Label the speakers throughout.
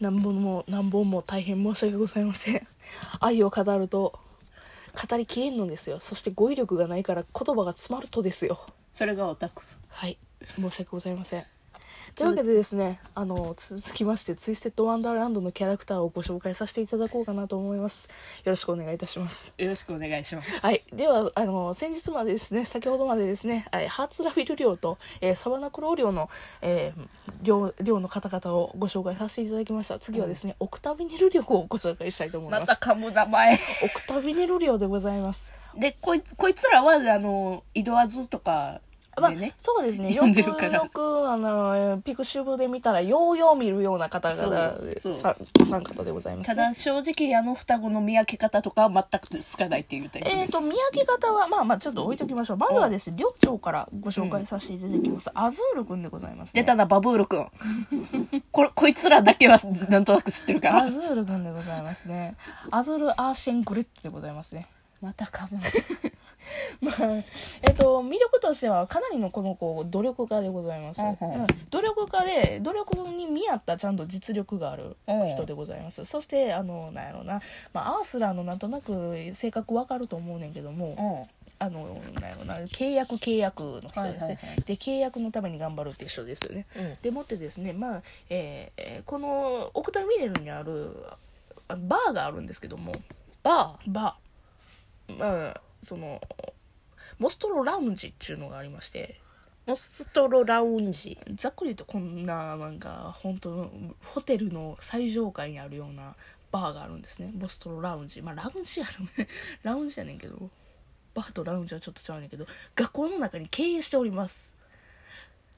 Speaker 1: 何本も何本も大変申し訳ございません愛を語ると語りきれんのですよそして語彙力がないから言葉が詰まるとですよ
Speaker 2: それがオタク
Speaker 1: はい申し訳ございませんというわけでですねあの続きましてツイステッドワンダーランドのキャラクターをご紹介させていただこうかなと思いますよろしくお願いいたします
Speaker 2: よろしくお願いします
Speaker 1: はい、ではあの先日までですね先ほどまでですねえーハーツラフィル寮と、えーサバナクロー寮の、えー、寮寮の方々をご紹介させていただきました次はですね、オクタビネル寮をご紹介したいと思います、
Speaker 2: また噛む名前
Speaker 1: オクタビネル寮でございます
Speaker 2: でこいこいつらはあの井戸あずとか
Speaker 1: まあ
Speaker 2: でね、
Speaker 1: そうですねよ
Speaker 2: 読ん
Speaker 1: く
Speaker 2: でるから
Speaker 1: よくあのえーピクシブで見たらようよう見るような方々
Speaker 2: そうそう
Speaker 1: さお三方でございます
Speaker 2: た
Speaker 1: ね
Speaker 2: だ正直あの双子の見分け方とかは全くつかないっていうタイプです、
Speaker 1: えー、と見分け方はまあまあちょっと置いときましょうまずはですね寮長からご紹介させていただきます、アズールくんでございます、ね、
Speaker 2: 出たなバブールくん これこいつらだけはなんとなく知ってるか
Speaker 1: ア
Speaker 2: ら
Speaker 1: ズール君でございますね。アズールアーシェングレットでございますね。
Speaker 2: また噛む
Speaker 1: まあ、えっ、と、魅力としてはかなりのこの子、努力家でございます。
Speaker 2: うんうん
Speaker 1: うん努力家で、努力に見合ったちゃんと実力がある
Speaker 2: うん
Speaker 1: 人でございます。そして、あの、なんやろうな、まあ、アースラーのなんとなく性格わかると思うねんけども、
Speaker 2: う
Speaker 1: あの、なんやろうな、契約契約の人ですね、
Speaker 2: はいはいはい
Speaker 1: で、契約のために頑張るっていう人ですよね。
Speaker 2: うん
Speaker 1: でもってですね、まあ、えーえーこのオクタミネルにあるあバーがあるんですけども、
Speaker 2: バ
Speaker 1: バー、まあ、その、モストロラウンジっていうのがありまして、
Speaker 2: ーモストロラウンジ
Speaker 1: ざっくり言うとこんな、なんか、本当のホテルの最上階にあるようなバーがあるんですね。モストロラウンジ。まあ、ラウンジやるね。 ラウンジやねんけど、バーとラウンジはちょっとちゃうねんけど、学校の中に経営しております。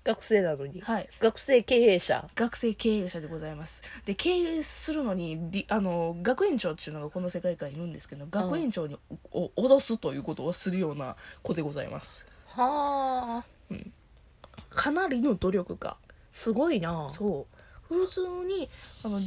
Speaker 2: 学生なのに
Speaker 1: はい。
Speaker 2: 学生経営者
Speaker 1: 学生経営者でございますで経営するのにりあの学園長っていうのがこの世界観いるんですけど学園長におお脅すということをするような子でございます
Speaker 2: はあ
Speaker 1: かなりの努力家
Speaker 2: すごいな
Speaker 1: そう普通にあの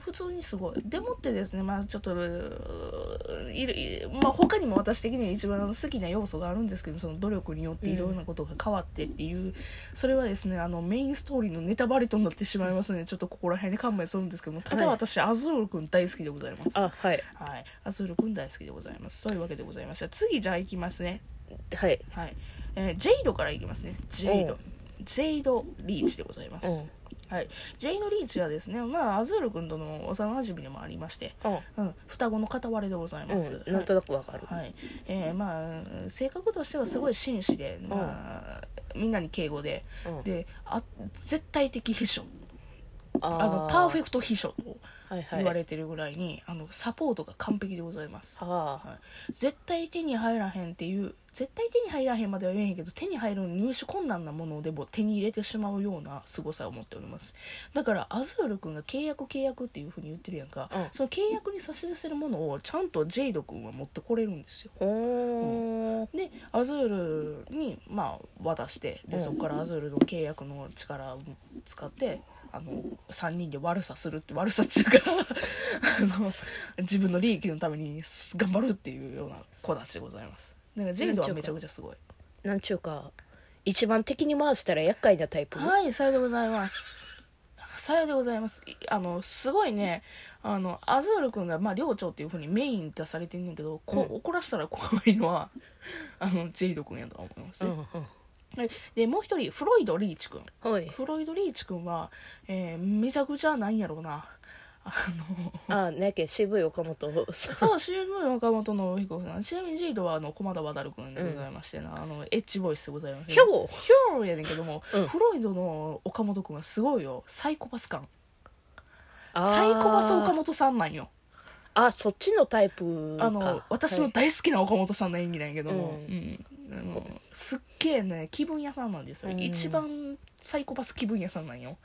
Speaker 1: 普通にすごいでもってですねまあちょっとうーいるいまあ他にも私的には一番好きな要素があるんですけどその努力によっていろんなことが変わってっていう、それはですねあのメインストーリーのネタバレとなってしまいますのでちょっとここら辺で勘弁するんですけどもただ
Speaker 2: はい
Speaker 1: 私、アズール君大好きでございます
Speaker 2: あはい
Speaker 1: はいアズール君大好きでございますそういうわけでございました次じゃあ行きますね
Speaker 2: はい
Speaker 1: はい、えージェイドからいきますねジェイ
Speaker 2: お
Speaker 1: ド
Speaker 2: う
Speaker 1: ジェイドリーチでございますはい、ジェイドリーチはですねまあアズール君との幼馴染でもありまして、うん、双子の片割れでございます、
Speaker 2: うん、なんとなくわかる、
Speaker 1: はいえーまあ性格としてはすごい紳士で、まあ、みんなに敬語で、
Speaker 2: うん
Speaker 1: であ絶対的秘書あの
Speaker 2: ー
Speaker 1: パーフェクト秘書と
Speaker 2: はいはい
Speaker 1: 言われてるぐらいに、あのサポートが完璧でございます
Speaker 2: はあ
Speaker 1: はい、絶対手に入らへんっていう絶対手に入らへんまでは言えへんけど手に入る入手困難なものでも手に入れてしまうような凄さを持っておりますだからアズール君が契約契約っていうふうに言ってるやんか、
Speaker 2: うん
Speaker 1: その契約に差し出せるものをちゃんとジェイド君は持ってこれるんですよ
Speaker 2: おー
Speaker 1: でアズールに、まあ、渡してでそこからアズールの契約の力を使ってあの3人で悪さするって悪さっていうか あの自分の利益のために頑張るっていうような子たちでございますだからジェイドはめちゃくちゃすごい
Speaker 2: なんちゅうか一番敵に回したら厄介なタイプ
Speaker 1: はいさようでございますさようでございますいあのすごいねあのアズール君が、まあ、寮長っていうふうにメイン出されてんねんけど、こ怒らせたら怖いのは あのジェイド君やとは思います
Speaker 2: う
Speaker 1: ね、
Speaker 2: んうん
Speaker 1: はいでもう一人フロイド・リーチ君
Speaker 2: はい
Speaker 1: フロイド・リーチ君は、えーめちゃくちゃなんやろうなあの
Speaker 2: あなんやっけ渋い 岡本さん
Speaker 1: そう CM 岡本の彦さんちなみにジェイドはあの駒田渉君でございましてな、あのエッジボイスでございますね
Speaker 2: ひょう
Speaker 1: ひょうやねんけども、
Speaker 2: うん
Speaker 1: フロイドの岡本君はすごいよサイコパス感
Speaker 2: あー
Speaker 1: サイコパス岡本さんなんよ
Speaker 2: あそっちのタイプか
Speaker 1: あの私の
Speaker 2: はい
Speaker 1: 大好きな岡本さんの演技なんやけども、
Speaker 2: う
Speaker 1: うんあのすっげえね気分屋さんなんですよ、
Speaker 2: うん
Speaker 1: 一番サイコパス気分屋さんなんよ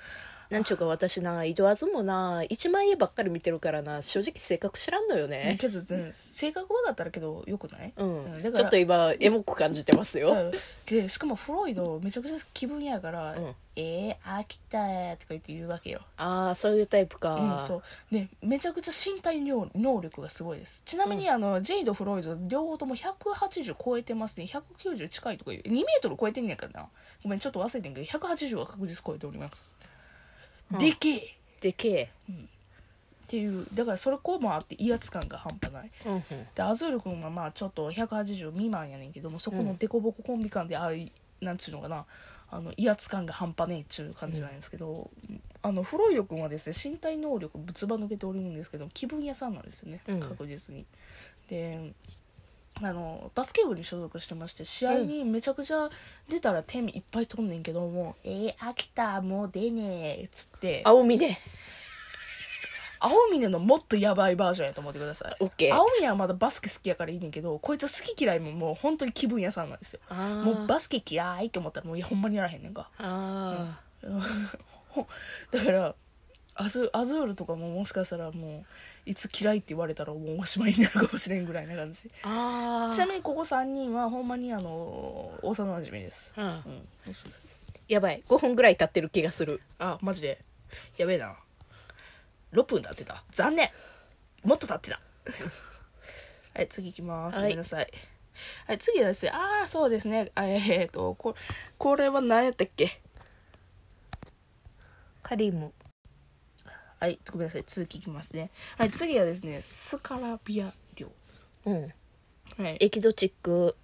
Speaker 2: なんちゅうか私な井戸あずもな一万円ばっかり見てるからな正直性格知らんのよね
Speaker 1: けど、ね、性格はだったらけどよくない、
Speaker 2: うん、
Speaker 1: だから
Speaker 2: ちょっと今エモく感じてますよ
Speaker 1: そうでしかもフロイドめちゃくちゃ気分やから「
Speaker 2: ん
Speaker 1: えー、飽きた」とか言って言うわけよ。
Speaker 2: ああそういうタイプか、
Speaker 1: うん、そうでめちゃくちゃ身体能能力がすごいですちなみに、あのジェイド・フロイド両方とも180超えてますね190近いとかいう2メートル超えてんねやからなごめんちょっと忘れてんけど180は確実超えております、でけえ
Speaker 2: でけえ、
Speaker 1: っていうだからそれこうもあって威圧感が半端ない
Speaker 2: うんうん
Speaker 1: でアズール君はまあちょっと180未満やねんけどもそこの凸凹コンビ感でああいなんちゅうのかなあの威圧感が半端ねえっちゅう感じなんですけど、あのフロイド君はですね身体能力ぶつば抜けておるんですけど気分屋さんなんですよね、
Speaker 2: うん
Speaker 1: 確実に。であのバスケ部に所属してまして試合にめちゃくちゃ出たら点いっぱい取んねんけども「えー、飽きたもう出ねえ」っつって
Speaker 2: 青峰
Speaker 1: 青峰のもっとやばいバージョンやと思ってください
Speaker 2: オッケー
Speaker 1: 青峰はまだバスケ好きやからいいねんけどこいつ好き嫌いももう本当に気分屋さんなんですよ
Speaker 2: あー
Speaker 1: もうバスケ嫌いって思ったらもういやほんまにやらへんねんか
Speaker 2: あ
Speaker 1: ほだからアズアズールとかももしかしたらもういつ嫌いって言われたらもうおしまいになるかもしれんぐらいな感じ
Speaker 2: ーあ
Speaker 1: ちなみにここ3人はほんまにあの幼馴染です
Speaker 2: あ、うん
Speaker 1: う、ん
Speaker 2: やばい5分ぐらい経ってる気がする
Speaker 1: あマジでやべえな6分経ってた残念もっと経ってた はい次行きます、
Speaker 2: はい
Speaker 1: ごめんなさいはい次はですねああそうですねあえー、っとここれは何やったっけ
Speaker 2: カリム
Speaker 1: はいごめんなさい続きいきますねはい次はですねスカラビア漁
Speaker 2: うん
Speaker 1: はい
Speaker 2: エキゾチック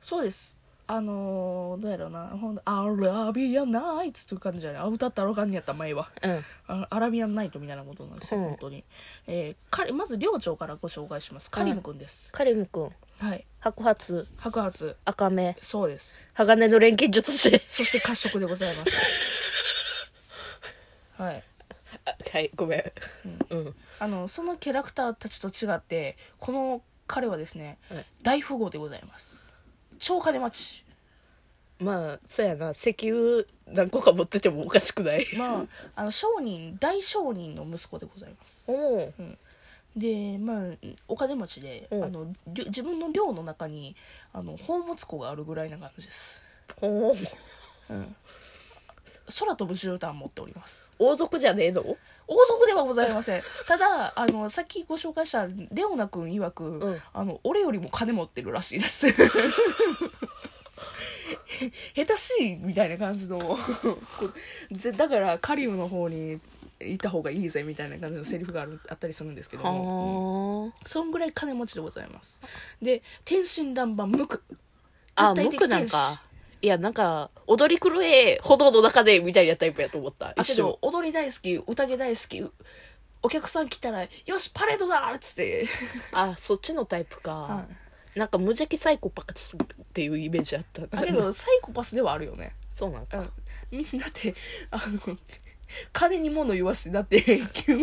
Speaker 1: そうですあのー、どうやろうなほんとアラビアンナイツという感じじゃないあ歌ったらあかんねやった前は
Speaker 2: うん
Speaker 1: あアラビアンナイトみたいなことなんですよ、
Speaker 2: うん
Speaker 1: 本当に、えー彼まず寮長からご紹介しますカリム君です
Speaker 2: カリムくん
Speaker 1: はい
Speaker 2: 白髪
Speaker 1: 白髪
Speaker 2: 赤目
Speaker 1: そうです
Speaker 2: 鋼の錬金術師
Speaker 1: そして褐色でござい ますはい
Speaker 2: はいごめんうん
Speaker 1: あのそのキャラクターたちと違ってこの彼はですね、
Speaker 2: はい
Speaker 1: 大富豪でございます超金持ち
Speaker 2: まあそうやな石油何個か持っててもおかしくない
Speaker 1: まああの商人大商人の息子でございます
Speaker 2: おお
Speaker 1: でまあお金持ちで、
Speaker 2: うん
Speaker 1: あのりょ自分の寮の中にあの宝物庫があるぐらいな感じです
Speaker 2: おお
Speaker 1: 空飛ぶ絨毯持っております
Speaker 2: 王族じゃねえの
Speaker 1: 王族ではございま せん。ただ、あの、さっきご紹介したレオナ君曰く、
Speaker 2: うん
Speaker 1: あの、俺よりも金持ってるらしい です。下手しいみたいな感じの、 こうぜだから、カリウの方に行った方がいいぜみたいな感じのセリフがあるあったりするんですけども、
Speaker 2: あ
Speaker 1: そんぐらい金持ちでございます。で、天真爛漫無垢。
Speaker 2: あ
Speaker 1: 絶対
Speaker 2: 無
Speaker 1: 的
Speaker 2: 垢なんかいやなんか踊り狂え炎の中でみたいなタイプやと思った
Speaker 1: あ
Speaker 2: 一
Speaker 1: け
Speaker 2: 瞬
Speaker 1: ど踊り大好き宴大好きうお客さん来たら「よしパレードだ!」っつっ て、
Speaker 2: あそっちのタイプか、なんか無邪気サイコパスっていうイメージあったな
Speaker 1: だけどサイコパスではあるよね
Speaker 2: そうなんか
Speaker 1: うんみんなってあの金に物言わせてだって 急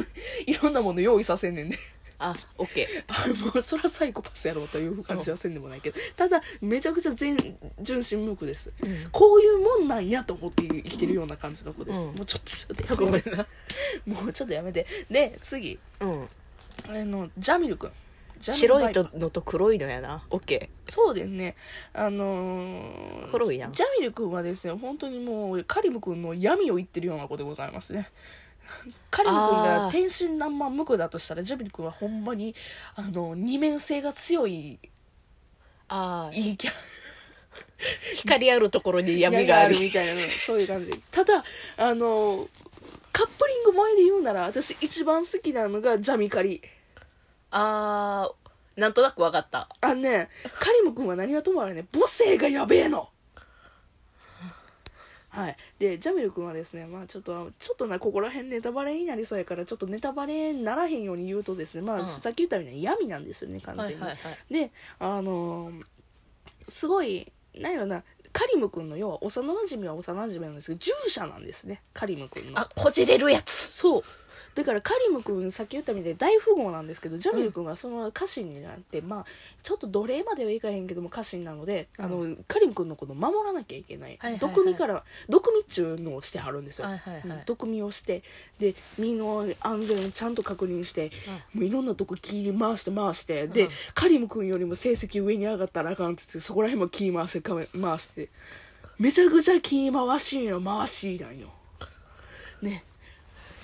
Speaker 1: いろんなもの用意させんねんね
Speaker 2: あオッケー
Speaker 1: あもうそらサイコパスやろうという感じはせんでもないけどただめちゃくちゃ全純真無垢です、こういうもんなんやと思って生きてるような感じの子です、
Speaker 2: うん
Speaker 1: もうちょっとちょっとやめて もうちょっとやめてで次
Speaker 2: うん
Speaker 1: あのジャミル君ジャミル
Speaker 2: 白いとのと黒いのやなオッケ
Speaker 1: そうですね。あのー、
Speaker 2: 黒いやん
Speaker 1: ジャミル君はですね、本当にもう、カリム君の闇を言ってるような子でございますね。カリム君
Speaker 2: あ
Speaker 1: が
Speaker 2: ー
Speaker 1: 天真爛漫無垢だとしたら、ジャミル君はほんまに、あの、二面性が強い、
Speaker 2: ーあー
Speaker 1: いいキャ
Speaker 2: 光あるところに闇
Speaker 1: 闇
Speaker 2: が
Speaker 1: が
Speaker 2: あ
Speaker 1: あ
Speaker 2: る
Speaker 1: るみたいな、そういう感じ。ただ、あの、カップリング前で言うなら、私一番好きなのがジャミカリ。
Speaker 2: あーなんとなくわかった
Speaker 1: あのね、カリム君は何はともあれね、母性がやべえのはい。で、ジャミル君はですね、まあちょっと、あのちょっとな、ここら辺ネタバレになりそうやから、ちょっとネタバレにならへんように言うとですね、まあ、
Speaker 2: うん
Speaker 1: さっき言ったみたいに闇なんですよね、完全に。
Speaker 2: はいはい
Speaker 1: で、あのーすごい、なんやろな、カリム君の要は幼馴染は幼馴染なんですけど、従者なんですね、カリム君の。
Speaker 2: あこじれるや つ
Speaker 1: そうだからカリム君さっき言ったみたいに大富豪なんですけどジャミル君はその家臣になって、まあちょっと奴隷まではいかへんけども家臣なので、あのカリム君のことを守らなきゃいけない,、
Speaker 2: はいはいはい
Speaker 1: 毒味から毒味っちゅうのをしてはるんですよ、
Speaker 2: はいはいはい
Speaker 1: うん毒味をしてで身の安全をちゃんと確認して、もういろんなとこ切り回して回して、でカリム君よりも成績上に上がったらあかんって言ってそこら辺も切り回してかめ回してめちゃくちゃ切り回しの回しなんよね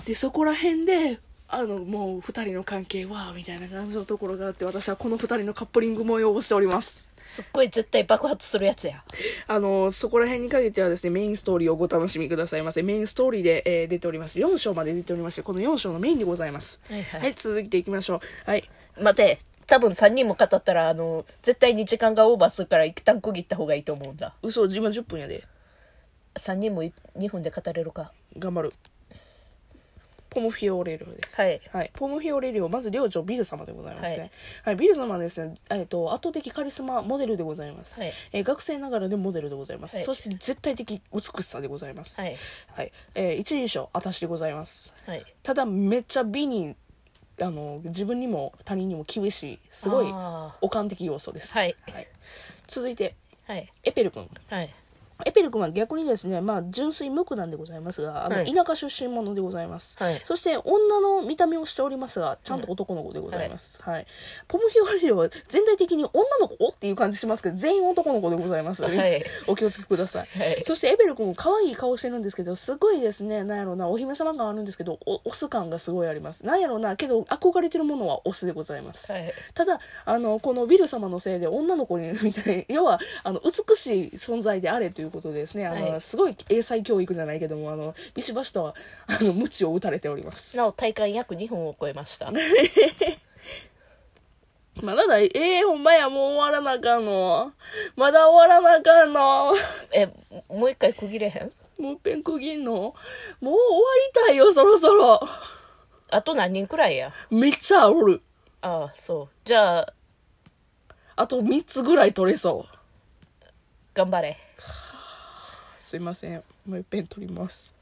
Speaker 1: でそこら辺であのもう2人の関係はみたいな感じのところがあって私はこの2人のカップリング模様をしております
Speaker 2: すっごい絶対爆発するやつや。
Speaker 1: あのそこら辺に限ってはですねメインストーリーをご楽しみくださいませメインストーリーで、えー出ておりまして4章まで出ておりましてこの4章のメインでございます
Speaker 2: はいはい
Speaker 1: 続いていきましょうはい
Speaker 2: 待て、多分3人も語ったら、あの、絶対に時間がオーバーするから一旦区切った方がいいと思うんだ。
Speaker 1: 嘘今10分やで
Speaker 2: 3人も2分で語れるか。
Speaker 1: 頑張るポムフィオレリオです
Speaker 2: はい
Speaker 1: ポムフィオレリオまず領長ビル様でございますねは
Speaker 2: は
Speaker 1: いい、ビル様はですね、えっと圧倒的カリスマモデルでございます、
Speaker 2: はい
Speaker 1: えー学生ながらでモデルでございます、
Speaker 2: はい
Speaker 1: そして絶対的美しさでございます
Speaker 2: はい、
Speaker 1: はいえー一人称私でございます
Speaker 2: はい。
Speaker 1: ただめっちゃ美にあの自分にも他人にも厳しいすごい
Speaker 2: あ
Speaker 1: お感的要素です、
Speaker 2: はい
Speaker 1: 続いて
Speaker 2: はい。
Speaker 1: エペル君
Speaker 2: はい。
Speaker 1: エペル君は逆にですね、まあ、純粋無垢なんでございますが、あの、
Speaker 2: はい
Speaker 1: 田舎出身者でございます、
Speaker 2: はい
Speaker 1: そして、女の見た目をしておりますが、ちゃんと男の子でございます。はい。ポムヒョリオは全体的に女の子っていう感じしますけど、全員男の子でございます、
Speaker 2: はい
Speaker 1: お気をつけください。
Speaker 2: はい
Speaker 1: そして、エペル君も可愛い顔してるんですけど、すごいですね、なんやろな、お姫様感あるんですけど、おオス感がすごいあります。なんやろな、けど、憧れてるものはオスでございます。
Speaker 2: はい
Speaker 1: ただあのこのビル様のせいで女の子にみたい 要はあの美しい存在であれということでですねあの、
Speaker 2: はい
Speaker 1: すごい英才教育じゃないけどもあのビシバシとはあの無知を打たれております
Speaker 2: なお、体感約2分を超えました。
Speaker 1: まだだいえー、ほんまやもう終わらなあかんのまだ終わらなあかんの
Speaker 2: え、もう一回区切れへん
Speaker 1: もういっぺん区切んのもう終わりたいよそろそろ
Speaker 2: あと何人くらいや
Speaker 1: めっちゃおる
Speaker 2: ああ、そう。じゃあ、
Speaker 1: あと3つぐらい取れそう
Speaker 2: 頑張れ。
Speaker 1: すいませんもういっぺん取ります